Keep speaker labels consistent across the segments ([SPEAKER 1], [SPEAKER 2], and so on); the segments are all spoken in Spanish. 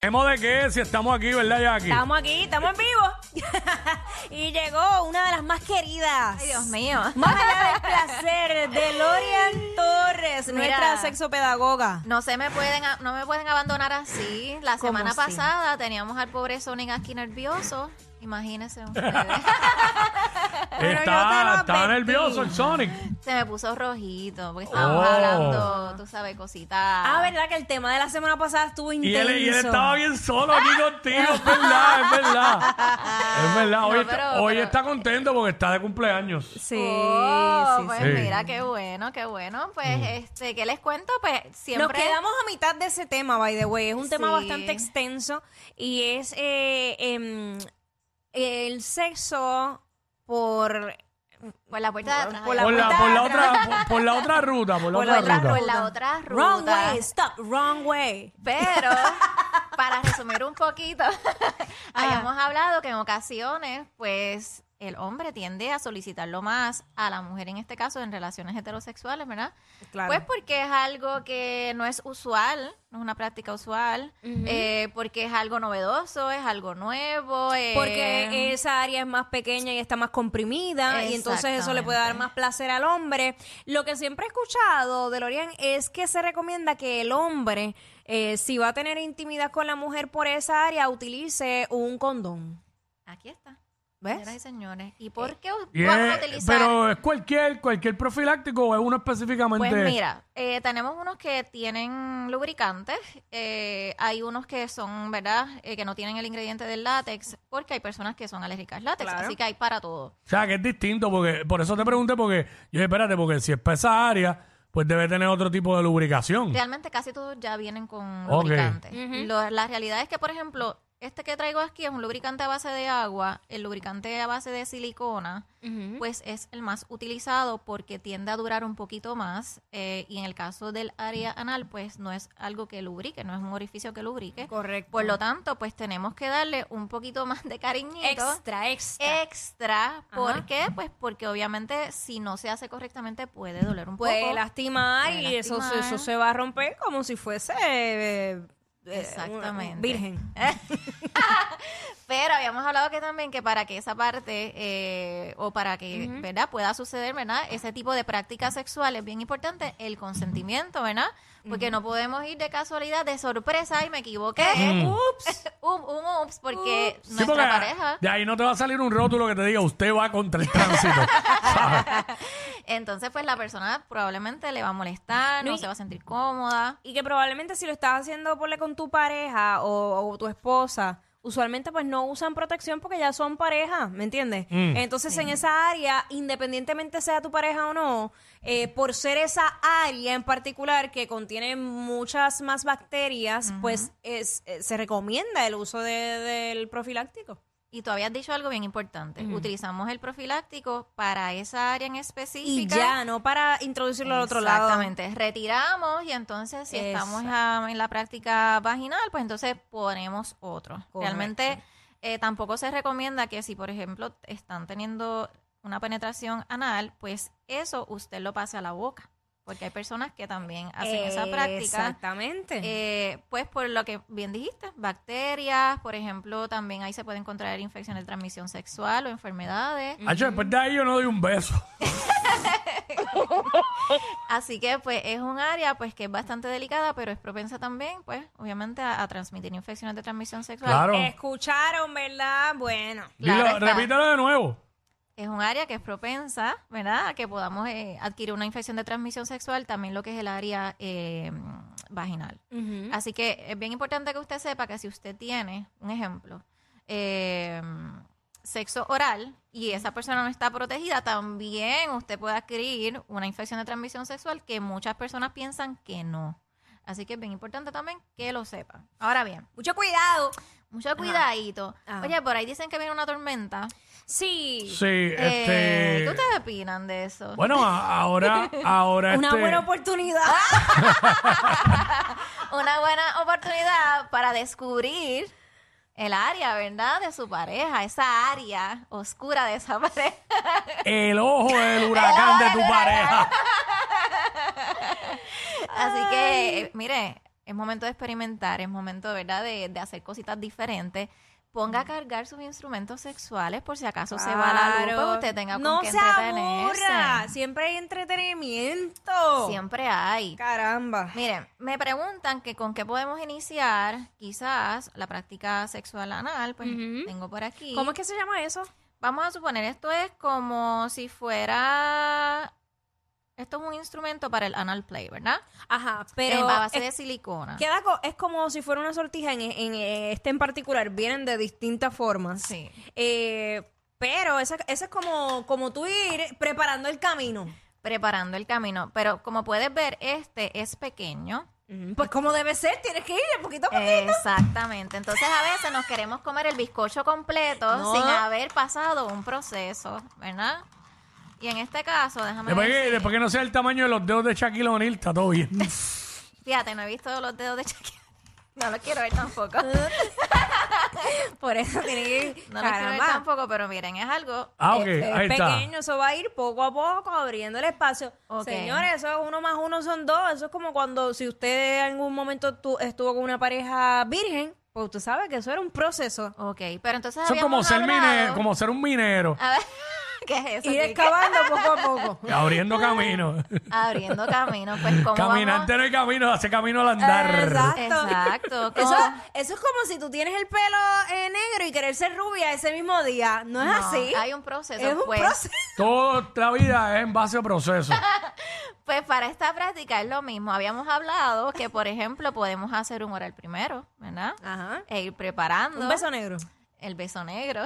[SPEAKER 1] ¿Hemos de qué? Si estamos aquí, ¿verdad, Jackie?
[SPEAKER 2] Estamos aquí, estamos en vivo. y llegó una de las más queridas.
[SPEAKER 3] Ay, Dios mío.
[SPEAKER 2] Más allá del placer de Lorian Torres, nuestra
[SPEAKER 3] Mira.
[SPEAKER 2] sexopedagoga.
[SPEAKER 3] No se me pueden, a- no me pueden abandonar así. La
[SPEAKER 2] ¿Cómo
[SPEAKER 3] semana
[SPEAKER 2] así?
[SPEAKER 3] pasada teníamos al pobre Sonic aquí nervioso. Imagínense ustedes.
[SPEAKER 2] pero yo te
[SPEAKER 1] está
[SPEAKER 2] lo
[SPEAKER 1] está
[SPEAKER 2] advertí.
[SPEAKER 1] nervioso el Sonic.
[SPEAKER 3] se me puso rojito porque estábamos
[SPEAKER 1] Oh.
[SPEAKER 3] hablando, tú sabes, cositas.
[SPEAKER 2] Ah, verdad que el tema de la semana pasada estuvo
[SPEAKER 1] Y
[SPEAKER 2] intenso.
[SPEAKER 1] él, y él estaba bien solo aquí contigo, es verdad, es verdad. Es verdad, hoy,
[SPEAKER 3] No,
[SPEAKER 1] está,
[SPEAKER 3] pero-
[SPEAKER 1] hoy
[SPEAKER 3] pero-
[SPEAKER 1] está contento porque está de cumpleaños.
[SPEAKER 2] Sí,
[SPEAKER 3] Oh,
[SPEAKER 2] sí,
[SPEAKER 3] pues
[SPEAKER 2] sí.
[SPEAKER 1] sí.
[SPEAKER 3] mira, qué bueno, qué bueno. Pues, este, ¿qué les cuento? Pues siempre.
[SPEAKER 2] Nos quedamos a mitad de ese tema, by the way. Es un tema
[SPEAKER 3] Sí.
[SPEAKER 2] bastante extenso y es eh, em, el sexo por,
[SPEAKER 3] por la puerta de atrás.
[SPEAKER 2] Por la
[SPEAKER 1] Por la,
[SPEAKER 2] puerta
[SPEAKER 1] por, la
[SPEAKER 2] de atrás.
[SPEAKER 1] otra, por, por la otra ruta, por la
[SPEAKER 2] Por la
[SPEAKER 1] otra
[SPEAKER 2] otra
[SPEAKER 1] ruta.
[SPEAKER 3] por la otra ruta.
[SPEAKER 2] wrong way, stop, wrong way.
[SPEAKER 3] Pero, para resumir un poquito, habíamos hablado que en ocasiones, pues, el hombre tiende a solicitarlo más a la mujer, en este caso, en relaciones heterosexuales, ¿verdad?
[SPEAKER 2] Claro.
[SPEAKER 3] Pues porque es algo que no es usual, no es una práctica usual, eh, porque es algo novedoso, es algo nuevo. eh,
[SPEAKER 2] Porque esa área es más pequeña y está más comprimida y entonces eso le puede dar
[SPEAKER 3] Exactamente.
[SPEAKER 2] más placer al hombre. Lo que siempre he escuchado de Lorian es que se recomienda que el hombre, eh, si va a tener intimidad con la mujer por esa área, utilice un condón.
[SPEAKER 3] Aquí está. Señoras y
[SPEAKER 2] ¿Ves? Eh,
[SPEAKER 3] señores, ¿y por qué
[SPEAKER 1] Y
[SPEAKER 3] vamos a
[SPEAKER 1] es-
[SPEAKER 3] utilizar?
[SPEAKER 1] pero es cualquier, cualquier profiláctico o es uno específicamente.
[SPEAKER 3] Pues mira, eh, tenemos unos que tienen lubricantes, eh, hay unos que son, ¿verdad?, Eh, que no tienen el ingrediente del látex, porque hay personas que son alérgicas al látex,
[SPEAKER 2] Claro.
[SPEAKER 3] así que hay para todo.
[SPEAKER 1] O sea, que es distinto, porque por eso te pregunté, porque yo dije, espérate, porque si es para esa área, pues debe tener otro tipo de lubricación.
[SPEAKER 3] Realmente casi todos ya vienen con
[SPEAKER 1] Ok.
[SPEAKER 3] lubricante. Lo- la realidad es que, por ejemplo, este que traigo aquí es un lubricante a base de agua, el lubricante a base de silicona, pues es el más utilizado porque tiende a durar un poquito más eh, y en el caso del área anal, pues no es algo que lubrique, no es un orificio que lubrique.
[SPEAKER 2] Correcto.
[SPEAKER 3] Por lo tanto, pues tenemos que darle un poquito más de cariñito extra,
[SPEAKER 2] extra, extra.
[SPEAKER 3] ¿Por qué? Pues porque obviamente si no se hace correctamente puede doler un
[SPEAKER 2] Puede eh,
[SPEAKER 3] poco.
[SPEAKER 2] lastimar
[SPEAKER 3] Puede
[SPEAKER 2] y eso, se-
[SPEAKER 3] lastimar.
[SPEAKER 2] eso se va a romper como si fuese eh, eh, eh,
[SPEAKER 3] Exactamente.
[SPEAKER 2] virgen.
[SPEAKER 3] Pero habíamos hablado que también que para que esa parte eh, o para que, ¿verdad? Pueda suceder, ¿verdad? Ese tipo de prácticas sexuales es bien importante el consentimiento, ¿verdad? Porque no podemos ir de casualidad, de sorpresa y me equivoqué.
[SPEAKER 2] Ups.
[SPEAKER 3] Un, un ups, porque
[SPEAKER 1] Sí,
[SPEAKER 3] nuestra
[SPEAKER 1] porque
[SPEAKER 3] pareja...
[SPEAKER 1] De ahí no te va a salir un rótulo que te diga, usted va contra el tránsito. ¿sabes?
[SPEAKER 3] Entonces, pues la persona probablemente le va a molestar, no,
[SPEAKER 2] No, y-
[SPEAKER 3] se va a sentir cómoda.
[SPEAKER 2] Y que probablemente si lo estás haciendo por con tu pareja o, o tu esposa, usualmente pues no usan protección porque ya son pareja, ¿me entiendes? Entonces en esa área, independientemente sea tu pareja o no, eh, por ser esa área en particular que contiene muchas más bacterias, pues es, eh, se recomienda el uso de- del profiláctico.
[SPEAKER 3] Y tú habías dicho algo bien importante. Utilizamos el profiláctico para esa área en
[SPEAKER 2] Y
[SPEAKER 3] específico.
[SPEAKER 2] ya, no para introducirlo al otro lado.
[SPEAKER 3] Exactamente. Retiramos y entonces si estamos ah, en la práctica vaginal, pues entonces ponemos otro.
[SPEAKER 2] Correcto.
[SPEAKER 3] Realmente eh, tampoco se recomienda que si, por ejemplo, están teniendo una penetración anal, pues eso usted lo pase a la boca. Porque hay personas que también hacen esa práctica.
[SPEAKER 2] Exactamente.
[SPEAKER 3] Eh, pues por lo que bien dijiste, bacterias, por ejemplo, también ahí se pueden contraer infecciones de transmisión sexual o enfermedades.
[SPEAKER 1] Hacho, después de ahí Ah, yo no doy un beso.
[SPEAKER 3] Así que pues es un área pues que es bastante delicada, pero es propensa también, pues obviamente a, a transmitir infecciones de transmisión sexual.
[SPEAKER 1] Claro.
[SPEAKER 2] Escucharon, ¿verdad? Bueno.
[SPEAKER 3] claro
[SPEAKER 1] Dilo,
[SPEAKER 3] está.
[SPEAKER 1] repítelo de nuevo.
[SPEAKER 3] Es un área que es propensa, ¿verdad? A que podamos eh, adquirir una infección de transmisión sexual, también lo que es el área eh, vaginal. Así que es bien importante que usted sepa que si usted tiene, un ejemplo, eh, sexo oral y esa persona no está protegida, también usted puede adquirir una infección de transmisión sexual que muchas personas piensan que no. Así que es bien importante también que lo sepa. Ahora bien,
[SPEAKER 2] Mucho cuidado.
[SPEAKER 3] mucho cuidadito.
[SPEAKER 2] Ajá.
[SPEAKER 3] Oye, por ahí dicen que viene una tormenta.
[SPEAKER 2] Sí.
[SPEAKER 1] Sí,
[SPEAKER 3] Eh, ¿Qué
[SPEAKER 1] este.
[SPEAKER 3] ustedes opinan de eso?
[SPEAKER 1] Bueno, a- ahora, ahora
[SPEAKER 2] Una
[SPEAKER 1] este.
[SPEAKER 2] buena oportunidad.
[SPEAKER 3] Ah, Una buena oportunidad para descubrir el área, ¿verdad? De su pareja, esa área oscura de esa pareja.
[SPEAKER 1] el ojo del huracán de tu pareja.
[SPEAKER 3] Así que, eh, mire, es momento de experimentar, es momento, ¿verdad?, de, de hacer cositas diferentes.
[SPEAKER 2] Mm.
[SPEAKER 3] Ponga a cargar sus instrumentos sexuales por si acaso se va la luz,
[SPEAKER 2] Claro.
[SPEAKER 3] pues usted tenga con
[SPEAKER 2] no
[SPEAKER 3] qué
[SPEAKER 2] se
[SPEAKER 3] entretenerse.
[SPEAKER 2] aburra. Siempre hay entretenimiento.
[SPEAKER 3] Siempre hay.
[SPEAKER 2] Caramba.
[SPEAKER 3] Miren, me preguntan que con qué podemos iniciar quizás la práctica sexual anal, pues
[SPEAKER 2] Ujú.
[SPEAKER 3] tengo por aquí.
[SPEAKER 2] ¿Cómo es que se llama eso?
[SPEAKER 3] Vamos a suponer, esto es como si fuera... Esto es un instrumento para el anal play, ¿verdad?
[SPEAKER 2] Ajá,
[SPEAKER 3] Pero
[SPEAKER 2] pero
[SPEAKER 3] va a base de
[SPEAKER 2] Eh, es,
[SPEAKER 3] silicona.
[SPEAKER 2] queda co- es como si fuera una sortija en, en este en particular. Vienen de distintas formas.
[SPEAKER 3] Sí.
[SPEAKER 2] Eh, pero esa- ese es como, como tú ir preparando el camino.
[SPEAKER 3] preparando el camino. Pero como puedes ver, este es pequeño.
[SPEAKER 2] Pues como debe ser, tienes que ir de poquito a poquito.
[SPEAKER 3] Exactamente. Entonces a veces nos queremos comer el bizcocho completo
[SPEAKER 2] No.
[SPEAKER 3] sin haber pasado un proceso, ¿verdad? Y en este caso, déjame
[SPEAKER 1] Después que,
[SPEAKER 3] decir-
[SPEAKER 1] después que no sea el tamaño de los dedos de Shaquille O'Neal, está todo bien.
[SPEAKER 3] fíjate, no he visto los dedos de Shakira. No los quiero ver tampoco.
[SPEAKER 2] Por eso tiene que ir.
[SPEAKER 3] Eh, No los quiero ver
[SPEAKER 2] Caramba.
[SPEAKER 3] tampoco, pero miren, es algo
[SPEAKER 1] Ah, ok,
[SPEAKER 3] Este,
[SPEAKER 2] Es- es
[SPEAKER 1] ahí está.
[SPEAKER 2] Este, pequeño, eso va a ir poco a poco abriendo el espacio.
[SPEAKER 3] Ok.
[SPEAKER 2] Señores, eso es uno más uno son dos. Eso es como cuando si usted en algún momento tu- estuvo con una pareja virgen, pues usted sabe que eso era un proceso.
[SPEAKER 3] Ok, pero entonces
[SPEAKER 1] Eso es como
[SPEAKER 3] habíamos
[SPEAKER 1] ser,
[SPEAKER 3] hablado-
[SPEAKER 1] minero, como ser un minero,
[SPEAKER 3] A ver, ¿qué es eso?
[SPEAKER 2] Ir
[SPEAKER 3] Kike?
[SPEAKER 2] excavando poco a poco.
[SPEAKER 1] abriendo camino.
[SPEAKER 3] Abriendo camino, pues como
[SPEAKER 1] Caminante no hay camino, hace camino al andar.
[SPEAKER 2] Exacto.
[SPEAKER 3] Exacto.
[SPEAKER 2] Eso,
[SPEAKER 3] como-
[SPEAKER 2] eso es como si tú tienes el pelo eh, negro y querer ser rubia ese mismo día. No es
[SPEAKER 3] No,
[SPEAKER 2] así.
[SPEAKER 3] Hay un proceso.
[SPEAKER 2] Ah, es un
[SPEAKER 3] pues,
[SPEAKER 2] proceso.
[SPEAKER 1] Toda la vida es en base a proceso.
[SPEAKER 3] Pues para esta práctica es lo mismo. Habíamos hablado que, por ejemplo, podemos hacer un oral primero, ¿verdad?
[SPEAKER 2] Ajá.
[SPEAKER 3] E ir preparando.
[SPEAKER 2] Un beso negro.
[SPEAKER 3] El beso negro.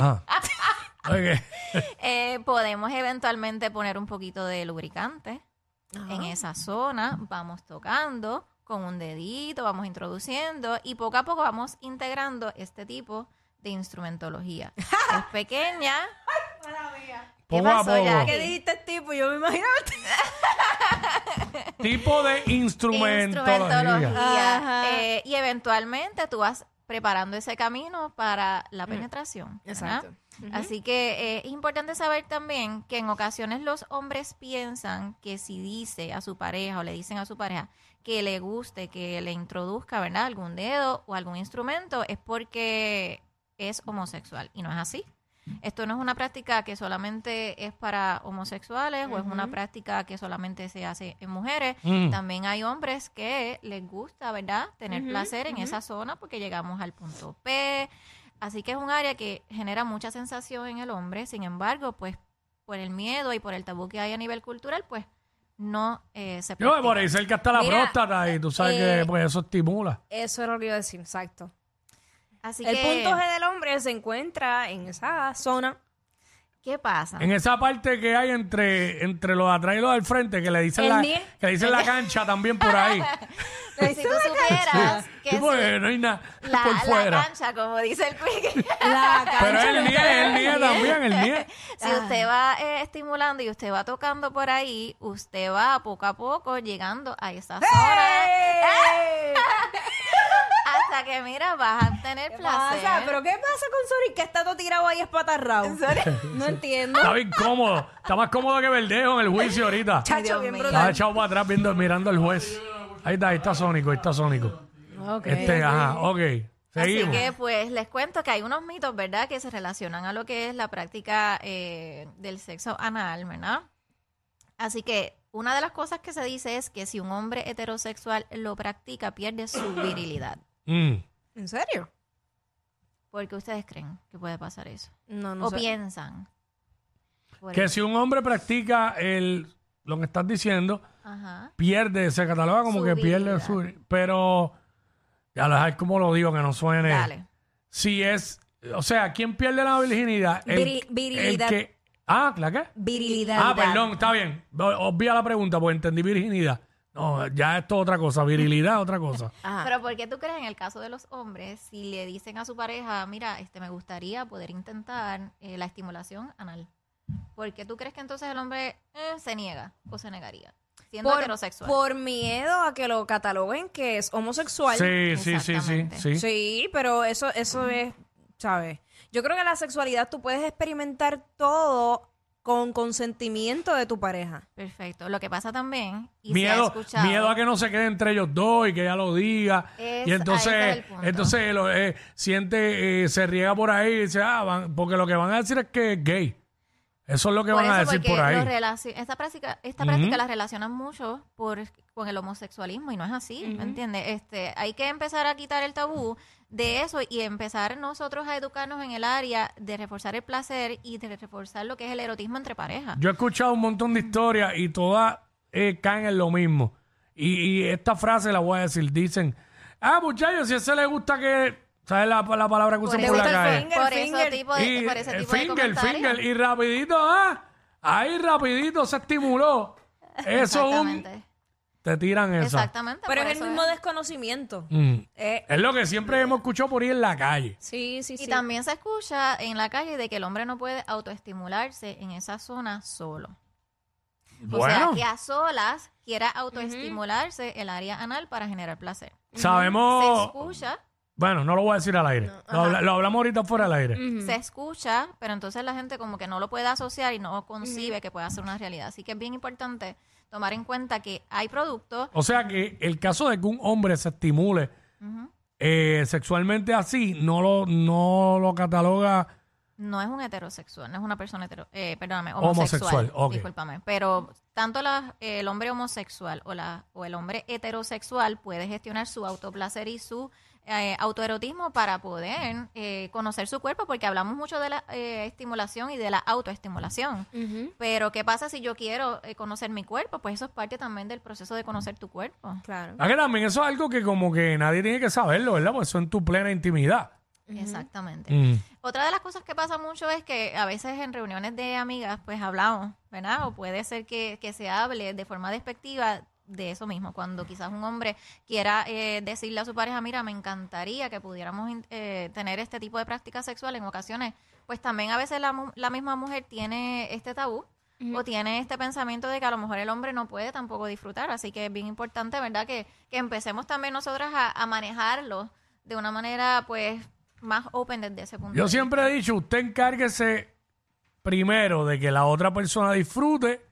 [SPEAKER 1] Ah. Ok.
[SPEAKER 3] Eh, podemos eventualmente poner un poquito de lubricante
[SPEAKER 2] Ah.
[SPEAKER 3] en esa zona. Vamos tocando con un dedito, vamos introduciendo y poco a poco vamos integrando este tipo de instrumentología. es pequeña. ¿Qué
[SPEAKER 1] Poco a
[SPEAKER 3] pasó,
[SPEAKER 1] poco.
[SPEAKER 3] Jackie?
[SPEAKER 2] ¿Qué dijiste tipo? Yo me imagino.
[SPEAKER 1] Tipo de instrumentología.
[SPEAKER 3] instrumentología.
[SPEAKER 2] Ajá.
[SPEAKER 3] Eh, y eventualmente tú vas preparando ese camino para la penetración. ¿verdad?
[SPEAKER 2] Exacto.
[SPEAKER 3] Así que eh, es importante saber también que en ocasiones los hombres piensan que si dice a su pareja o le dicen a su pareja que le guste, que le introduzca, ¿verdad? Algún dedo o algún instrumento es porque es homosexual y no es así. Esto no es una práctica que solamente es para homosexuales o es una práctica que solamente se hace en mujeres.
[SPEAKER 1] Mm.
[SPEAKER 3] También hay hombres que les gusta, ¿verdad? Tener placer en esa zona porque llegamos al punto P. Así que es un área que genera mucha sensación en el hombre. Sin embargo, pues por el miedo y por el tabú que hay a nivel cultural, pues no eh, se
[SPEAKER 1] Yo
[SPEAKER 3] practica.
[SPEAKER 1] por ahí cerca está la
[SPEAKER 2] Mira,
[SPEAKER 1] próstata y tú sabes
[SPEAKER 2] eh,
[SPEAKER 1] que pues, eso estimula.
[SPEAKER 2] Eso era lo que iba a decir, exacto.
[SPEAKER 3] Así
[SPEAKER 2] el
[SPEAKER 3] que,
[SPEAKER 2] punto G del hombre se encuentra en esa zona.
[SPEAKER 3] ¿qué pasa?
[SPEAKER 1] En esa parte que hay entre, entre los atrás y los del frente, que le dicen,
[SPEAKER 2] El
[SPEAKER 1] la,
[SPEAKER 2] nie-
[SPEAKER 1] que le dicen la cancha también por ahí.
[SPEAKER 3] Si tú supieras que
[SPEAKER 1] Sí,
[SPEAKER 3] si-
[SPEAKER 1] porque no hay nada
[SPEAKER 3] la,
[SPEAKER 1] por
[SPEAKER 3] la
[SPEAKER 1] fuera.
[SPEAKER 3] cancha, como dice el quick.
[SPEAKER 2] La
[SPEAKER 1] Pero
[SPEAKER 2] cancha.
[SPEAKER 1] el nie, el nie también, el nie.
[SPEAKER 3] si usted va eh, estimulando y usted va tocando por ahí, usted va poco a poco llegando a esa zona
[SPEAKER 2] ¡Ey!
[SPEAKER 3] hasta que, mira, vas a tener
[SPEAKER 2] ¿Qué
[SPEAKER 3] placer.
[SPEAKER 2] pasa? ¿Pero qué pasa con Sonic que está todo tirado ahí espatarrado? No entiendo.
[SPEAKER 1] Está bien cómodo. Está más cómodo que Verdejo en el juicio ahorita.
[SPEAKER 3] Ay, Dios
[SPEAKER 2] Chacho, bien
[SPEAKER 3] mío.
[SPEAKER 1] Estaba
[SPEAKER 2] brutal.
[SPEAKER 1] echado para atrás viendo, mirando al juez. Ahí está, ahí está Sónico, ahí está Sónico. Este, ajá, ok.
[SPEAKER 3] Así
[SPEAKER 1] Seguimos.
[SPEAKER 3] que pues les cuento que hay unos mitos, ¿verdad?, que se relacionan a lo que es la práctica eh, del sexo anal, ¿verdad? Así que una de las cosas que se dice es que si un hombre heterosexual lo practica, pierde su virilidad.
[SPEAKER 1] Mm.
[SPEAKER 2] ¿En serio?
[SPEAKER 3] ¿Por qué ustedes creen que puede pasar eso?
[SPEAKER 2] No,
[SPEAKER 3] ¿O
[SPEAKER 2] sé.
[SPEAKER 3] piensan? Por
[SPEAKER 1] Que
[SPEAKER 3] eso.
[SPEAKER 1] si un hombre practica el, lo que estás diciendo,
[SPEAKER 3] Ajá.
[SPEAKER 1] pierde, se cataloga como
[SPEAKER 3] Su
[SPEAKER 1] que pierde
[SPEAKER 3] virilidad.
[SPEAKER 1] su... Pero Ya lo dejar como lo digo, que no suene.
[SPEAKER 2] Eh.
[SPEAKER 3] Dale.
[SPEAKER 1] Si es, o sea, ¿quién pierde la virginidad? El-
[SPEAKER 2] Viri- virilidad.
[SPEAKER 1] el que- ah, ¿la qué?
[SPEAKER 2] Virilidad.
[SPEAKER 1] Ah, perdón, está bien. O- Obvia la pregunta, pues entendí virginidad. No, ya esto es otra cosa, virilidad es otra cosa.
[SPEAKER 2] Ajá.
[SPEAKER 3] Pero ¿por qué tú crees en el caso de los hombres si le dicen a su pareja, mira, este me gustaría poder intentar eh, la estimulación anal? ¿Por qué tú crees que entonces el hombre eh, se niega o se negaría? Siendo heterosexual.
[SPEAKER 2] por miedo a que lo cataloguen que es homosexual.
[SPEAKER 1] Sí, sí, sí, sí,
[SPEAKER 3] Exactamente.
[SPEAKER 1] sí.
[SPEAKER 2] Sí, pero eso, eso es, ¿sabes? Yo creo que la sexualidad tú puedes experimentar todo con consentimiento de tu pareja.
[SPEAKER 3] Perfecto. Lo que pasa también, y se ha
[SPEAKER 1] Miedo,
[SPEAKER 3] escuchado.
[SPEAKER 1] miedo a que no se quede entre ellos dos y que ella lo diga.
[SPEAKER 3] Es-
[SPEAKER 1] y entonces,
[SPEAKER 3] ahí está el punto.
[SPEAKER 1] entonces lo, eh, siente, eh, se riega por ahí y dice, ah, van- porque lo que van a decir es que es gay. Eso es lo que
[SPEAKER 3] Por
[SPEAKER 1] van
[SPEAKER 3] eso,
[SPEAKER 1] a decir
[SPEAKER 3] porque
[SPEAKER 1] por
[SPEAKER 3] lo
[SPEAKER 1] ahí.
[SPEAKER 3] relaci- esta práctica, esta práctica la relacionan mucho por, con el homosexualismo y no es así, ¿me entiendes? Este, hay que empezar a quitar el tabú de eso y empezar nosotros a educarnos en el área de reforzar el placer y de reforzar lo que es el erotismo entre parejas.
[SPEAKER 1] Yo he escuchado un montón de historias y todas eh, caen en lo mismo. Y, y esta frase la voy a decir, dicen, ah, muchachos, si a ese le gusta que... ¿Sabes la, la palabra que usan
[SPEAKER 3] eso-
[SPEAKER 1] por la
[SPEAKER 2] gusta el
[SPEAKER 1] calle?
[SPEAKER 2] finger,
[SPEAKER 3] por
[SPEAKER 2] finger.
[SPEAKER 3] ese tipo de, por ese
[SPEAKER 1] eh,
[SPEAKER 3] tipo de
[SPEAKER 1] finger,
[SPEAKER 3] comentarios.
[SPEAKER 1] finger, y rapidito, ah, ahí rapidito se estimuló. Eso es un-
[SPEAKER 3] Exactamente.
[SPEAKER 1] te tiran eso.
[SPEAKER 3] Exactamente.
[SPEAKER 2] Pero
[SPEAKER 3] por
[SPEAKER 2] es el
[SPEAKER 3] eso
[SPEAKER 2] mismo desconocimiento.
[SPEAKER 1] Mm.
[SPEAKER 2] Eh,
[SPEAKER 1] Es lo que siempre hemos escuchado por ahí en la calle.
[SPEAKER 2] sí, sí, sí.
[SPEAKER 3] Y también se escucha en la calle de que el hombre no puede autoestimularse en esa zona solo.
[SPEAKER 1] bueno,
[SPEAKER 3] O sea, que a solas quiera autoestimularse el área anal para generar placer. mm, Se
[SPEAKER 1] sabemos.
[SPEAKER 3] escucha,
[SPEAKER 1] Bueno, no lo voy a decir al aire. lo, habla- lo hablamos ahorita fuera del aire.
[SPEAKER 3] se escucha, pero entonces la gente como que no lo puede asociar y no concibe que pueda ser una realidad. Así que es bien importante tomar en cuenta que hay productos.
[SPEAKER 1] O sea que el caso de que un hombre se estimule eh, sexualmente así, no lo, no lo cataloga.
[SPEAKER 3] No es un heterosexual, no es una persona hetero, eh, perdóname, homosexual.
[SPEAKER 1] Homosexual, ok.
[SPEAKER 3] Discúlpame. Pero tanto la- el hombre homosexual o, la, o el hombre heterosexual puede gestionar su autoplacer y su eh, autoerotismo para poder eh, conocer su cuerpo, porque hablamos mucho de la eh, estimulación y de la autoestimulación. Pero, ¿qué pasa si yo quiero eh, conocer mi cuerpo? Pues eso es parte también del proceso de conocer tu cuerpo.
[SPEAKER 2] Claro.
[SPEAKER 1] Ah, que también eso es algo que como que nadie tiene que saberlo, ¿verdad? Porque eso en tu plena intimidad.
[SPEAKER 3] Exactamente.
[SPEAKER 1] Mm.
[SPEAKER 3] Otra de las cosas que pasa mucho es que a veces en reuniones de amigas, pues hablamos, ¿verdad? O puede ser que, que se hable de forma despectiva de eso mismo, cuando quizás un hombre quiera eh, decirle a su pareja, mira, me encantaría que pudiéramos in- eh, tener este tipo de práctica sexual en ocasiones, pues también a veces la, mu- la misma mujer tiene este tabú o tiene este pensamiento de que a lo mejor el hombre no puede tampoco disfrutar, así que es bien importante, ¿verdad? Que, que empecemos también nosotras a, a manejarlo de una manera, pues, más open desde ese punto.
[SPEAKER 1] Yo
[SPEAKER 3] de
[SPEAKER 1] siempre he dicho, usted encárguese primero de que la otra persona disfrute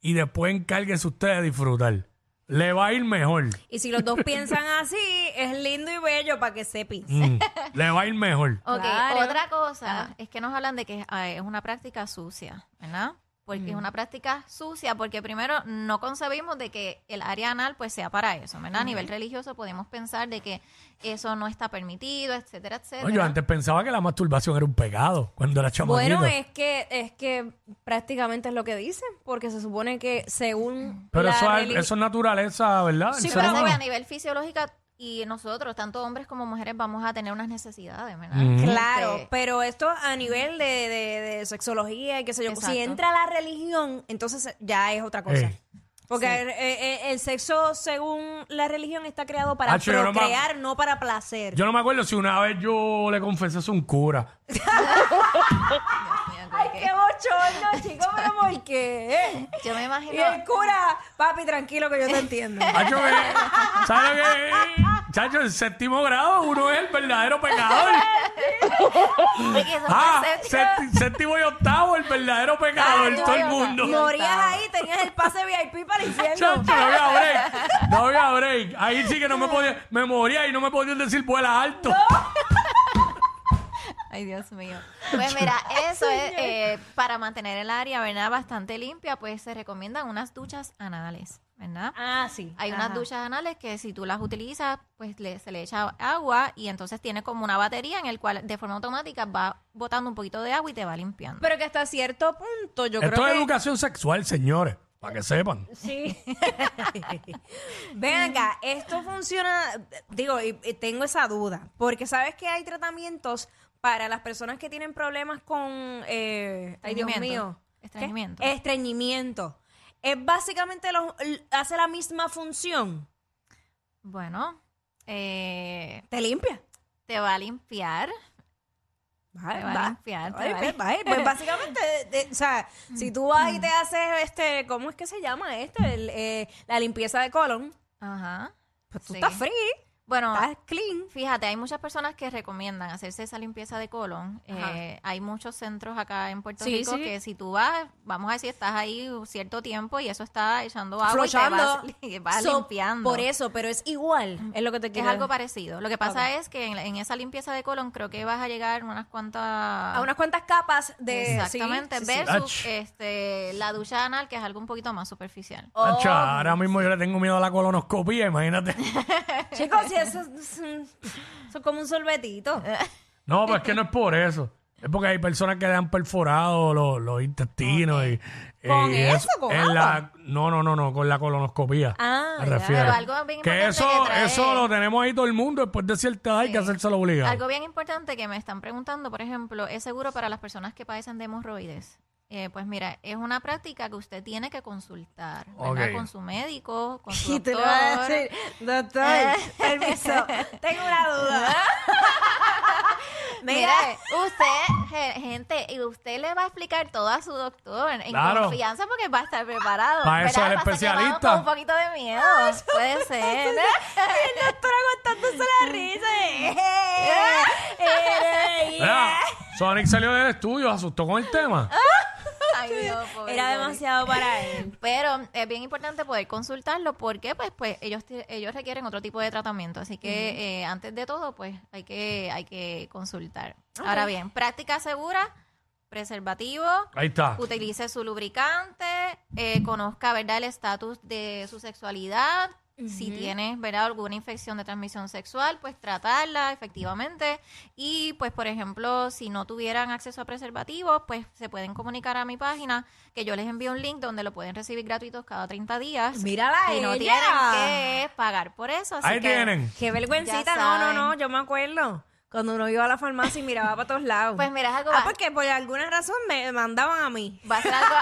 [SPEAKER 1] y después encárguese usted de disfrutar. Le va a ir mejor.
[SPEAKER 2] Y si los dos piensan así, es lindo y bello para que sepan.
[SPEAKER 1] Mm, Le va a ir mejor.
[SPEAKER 3] Ok,
[SPEAKER 2] Claro.
[SPEAKER 3] otra cosa es que nos hablan de que ah, es una práctica sucia, ¿verdad? Porque
[SPEAKER 2] Mm.
[SPEAKER 3] es una práctica sucia, porque primero no concebimos de que el área anal pues sea para eso, ¿verdad? A nivel religioso podemos pensar de que eso no está permitido, etcétera, etcétera.
[SPEAKER 1] No, yo antes pensaba que la masturbación era un pecado cuando era chamaquito.
[SPEAKER 2] Bueno, es que, es que prácticamente es lo que dicen, porque se supone que según.
[SPEAKER 1] Pero
[SPEAKER 2] la
[SPEAKER 1] eso es,
[SPEAKER 2] relig-
[SPEAKER 1] eso es naturaleza, ¿verdad? El
[SPEAKER 3] Lo
[SPEAKER 2] Sí,
[SPEAKER 3] que
[SPEAKER 1] ser
[SPEAKER 2] pero
[SPEAKER 3] pasa es que a
[SPEAKER 1] humano.
[SPEAKER 3] nivel fisiológico y nosotros, tanto hombres como mujeres, vamos a tener unas necesidades, ¿verdad?
[SPEAKER 1] Ujú.
[SPEAKER 2] Claro,
[SPEAKER 3] Este,
[SPEAKER 2] pero esto a nivel de, de- de sexología y qué sé yo.
[SPEAKER 3] Exacto.
[SPEAKER 2] Si entra la religión, entonces ya es otra cosa.
[SPEAKER 1] Ey.
[SPEAKER 2] Porque el, eh, eh, el sexo, según la religión, está creado para
[SPEAKER 1] Ah, chico, no
[SPEAKER 2] procrear, no para placer.
[SPEAKER 1] Yo no me acuerdo si una vez yo le confesé eso a un cura.
[SPEAKER 3] mira,
[SPEAKER 2] Ay,
[SPEAKER 3] que-
[SPEAKER 2] qué bochorno, chicos, pero ¿por qué?
[SPEAKER 3] Yo me
[SPEAKER 2] Y el
[SPEAKER 3] imagino...
[SPEAKER 2] cura, papi, tranquilo que yo te entiendo.
[SPEAKER 1] Chacho, que- ¿sabes lo que es? Chacho, en séptimo grado uno es el verdadero pecador.
[SPEAKER 3] Oye, eso fue
[SPEAKER 1] Ah,
[SPEAKER 3] sexo.
[SPEAKER 1] sépti- séptimo y octavo, el verdadero pecador,
[SPEAKER 2] Ah,
[SPEAKER 1] todo el
[SPEAKER 3] octavo.
[SPEAKER 1] mundo.
[SPEAKER 2] Morías ahí, tenías el pase VIP para el
[SPEAKER 1] Chacho,
[SPEAKER 2] infierno.
[SPEAKER 1] no había break. No había break. Ahí sí que no me podía. Me moría y no me podían decir vuela alto.
[SPEAKER 3] Ay, Dios mío. Pues mira, eso es eh, para mantener el área, ¿verdad? Bastante limpia, pues se recomiendan unas duchas anales, ¿verdad?
[SPEAKER 2] Ah, sí.
[SPEAKER 3] Hay
[SPEAKER 2] Ajá.
[SPEAKER 3] unas duchas anales que si tú las utilizas, pues le- se le echa agua y entonces tiene como una batería en el cual de forma automática va botando un poquito de agua y te va limpiando.
[SPEAKER 2] Pero que hasta cierto punto, yo
[SPEAKER 1] Esto
[SPEAKER 2] creo
[SPEAKER 1] es
[SPEAKER 2] que.
[SPEAKER 1] educación sexual, señores. para que sepan.
[SPEAKER 2] Sí. Ven acá, esto funciona, digo, y- y tengo esa duda, porque sabes que hay tratamientos para las personas que tienen problemas con, eh, ay Dios
[SPEAKER 3] Estreñimiento.
[SPEAKER 2] mío, ¿Qué? Eh.
[SPEAKER 3] Estreñimiento.
[SPEAKER 2] Estreñimiento. Es básicamente lo, l- hace la misma función.
[SPEAKER 3] Bueno, eh,
[SPEAKER 2] Te limpia.
[SPEAKER 3] te va a limpiar.
[SPEAKER 2] Va,
[SPEAKER 3] Te va a
[SPEAKER 2] va.
[SPEAKER 3] limpiar, te
[SPEAKER 2] Ay,
[SPEAKER 3] va a
[SPEAKER 2] pues,
[SPEAKER 3] limpiar.
[SPEAKER 2] ay, pues, básicamente, de- de- o sea, si tú vas y te haces este, ¿cómo es que se llama este? El, eh, la limpieza de colon,
[SPEAKER 3] Ajá.
[SPEAKER 2] pues tú
[SPEAKER 3] Sí.
[SPEAKER 2] estás free,
[SPEAKER 3] Bueno,
[SPEAKER 2] estás clean.
[SPEAKER 3] Fíjate, hay muchas personas que recomiendan hacerse esa limpieza de colon.
[SPEAKER 2] Ajá.
[SPEAKER 3] Eh, hay muchos centros acá en Puerto
[SPEAKER 2] Sí,
[SPEAKER 3] Rico
[SPEAKER 2] sí.
[SPEAKER 3] que si tú vas, vamos a decir, estás ahí un cierto tiempo y eso está echando agua
[SPEAKER 2] Flushando.
[SPEAKER 3] y te vas, vas
[SPEAKER 2] So,
[SPEAKER 3] limpiando.
[SPEAKER 2] Por eso, pero es igual. Es lo que te
[SPEAKER 3] Que es
[SPEAKER 2] quiero
[SPEAKER 3] algo parecido. Lo que pasa es que en, la- en esa limpieza de colon creo que vas a llegar a unas cuantas...
[SPEAKER 2] A unas cuantas capas de.
[SPEAKER 3] Exactamente,
[SPEAKER 2] sí, sí, sí.
[SPEAKER 3] versus
[SPEAKER 1] Ach.
[SPEAKER 3] este, la ducha anal, que es algo un poquito más superficial.
[SPEAKER 2] Oh,
[SPEAKER 1] Ancha, ahora mismo yo le tengo miedo a la colonoscopía, imagínate.
[SPEAKER 2] Chicos, si eso es, eso es como un sorbetito.
[SPEAKER 3] Eh,
[SPEAKER 1] No, pero es que no es por eso. Es porque hay personas que le han perforado los, los intestinos y,
[SPEAKER 2] ¿Con
[SPEAKER 1] y
[SPEAKER 2] eso? ¿Con
[SPEAKER 1] en la- no, no, no, no, con la colonoscopía.
[SPEAKER 2] Ah,
[SPEAKER 1] me
[SPEAKER 2] ya.
[SPEAKER 1] refiero.
[SPEAKER 3] Pero algo bien
[SPEAKER 1] que
[SPEAKER 3] importante
[SPEAKER 1] eso,
[SPEAKER 3] que trae-
[SPEAKER 1] eso lo tenemos ahí todo el mundo después de cierta edad hay que hacérselo obligado.
[SPEAKER 3] Algo bien importante que me están preguntando, por ejemplo, ¿es seguro para las personas que padecen de hemorroides? Eh, pues mira, es una práctica que usted tiene que consultar, ¿verdad?
[SPEAKER 1] Ok.
[SPEAKER 3] Con su médico, con su
[SPEAKER 2] Y te
[SPEAKER 3] doctor. Eh.
[SPEAKER 2] lo voy a decir, doctor, permiso, tengo una duda.
[SPEAKER 3] Mira,
[SPEAKER 2] Mira,
[SPEAKER 3] eh. usted, ge- gente, y usted le va a explicar todo a su doctor en
[SPEAKER 1] Claro.
[SPEAKER 3] confianza porque va a estar preparado.
[SPEAKER 1] Pa' eso
[SPEAKER 3] ¿verdad?
[SPEAKER 1] el
[SPEAKER 3] Pasa que vamos
[SPEAKER 1] especialista.
[SPEAKER 3] Con un poquito de miedo, puede ser.
[SPEAKER 2] el doctor aguantándose la risa. eh, eh, eh,
[SPEAKER 1] Mira, Sonic salió del estudio, se asustó con el tema.
[SPEAKER 2] Ah.
[SPEAKER 3] Ay, Dios, pobre
[SPEAKER 2] Era
[SPEAKER 3] Lori.
[SPEAKER 2] demasiado para él.
[SPEAKER 3] Pero es bien importante poder consultarlo porque pues pues ellos te- ellos requieren otro tipo de tratamiento, así que eh, antes de todo pues hay que hay que consultar. Ahora bien, práctica segura, preservativo,
[SPEAKER 1] Ahí está.
[SPEAKER 3] utilice su lubricante, eh, conozca verdad el estatus de su sexualidad. Si tienes ¿verdad? alguna infección de transmisión sexual, pues tratarla efectivamente. Y pues, por ejemplo, si no tuvieran acceso a preservativos, pues se pueden comunicar a mi página, que yo les envío un link donde lo pueden recibir gratuitos cada 30 días.
[SPEAKER 2] Mírala a
[SPEAKER 3] y no
[SPEAKER 2] ella.
[SPEAKER 3] tienen que pagar por eso. así
[SPEAKER 1] Ahí
[SPEAKER 3] que-
[SPEAKER 1] tienen.
[SPEAKER 2] Qué vergüencita,
[SPEAKER 3] Ya
[SPEAKER 2] no, no,
[SPEAKER 3] saben.
[SPEAKER 2] no, yo me acuerdo. Cuando uno iba a la farmacia y miraba para todos lados.
[SPEAKER 3] Pues mira, es algo
[SPEAKER 2] Ah,
[SPEAKER 3] ba-
[SPEAKER 2] porque por alguna razón me mandaban a mí.
[SPEAKER 3] Va a ser algo,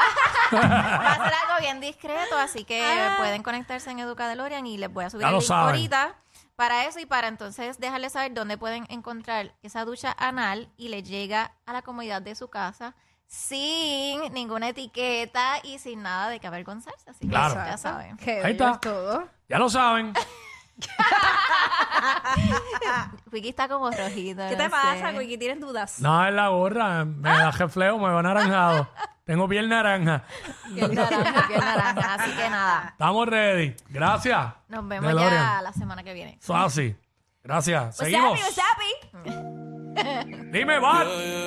[SPEAKER 3] va a ser algo bien discreto, así que
[SPEAKER 2] Ah.
[SPEAKER 3] pueden conectarse en Educa DeLorean y les voy a subir
[SPEAKER 1] Ya
[SPEAKER 3] el
[SPEAKER 1] lo
[SPEAKER 3] link
[SPEAKER 1] saben.
[SPEAKER 3] ahorita para eso y para entonces dejarles saber dónde pueden encontrar esa ducha anal y les llega a la comodidad de su casa sin ninguna etiqueta y sin nada de que avergonzarse. Así que
[SPEAKER 1] Claro.
[SPEAKER 3] ya saben.
[SPEAKER 2] Qué
[SPEAKER 1] Ahí está.
[SPEAKER 2] bello es todo.
[SPEAKER 1] Ya lo saben.
[SPEAKER 3] Wiki está como rojito. no
[SPEAKER 2] ¿Qué te
[SPEAKER 3] sé.
[SPEAKER 2] pasa, Wiki? ¿Tienes dudas?
[SPEAKER 1] No, es la gorra. Me da reflejo, me va naranjado. Tengo piel naranja.
[SPEAKER 3] Piel naranja, piel naranja. Así que nada.
[SPEAKER 1] Estamos ready. Gracias.
[SPEAKER 3] Nos vemos
[SPEAKER 1] DeLorean.
[SPEAKER 3] ya la semana que viene.
[SPEAKER 1] Eso es así. Gracias.
[SPEAKER 2] Wasabi,
[SPEAKER 1] Seguimos.
[SPEAKER 2] wasabi.
[SPEAKER 1] Dime, Bart.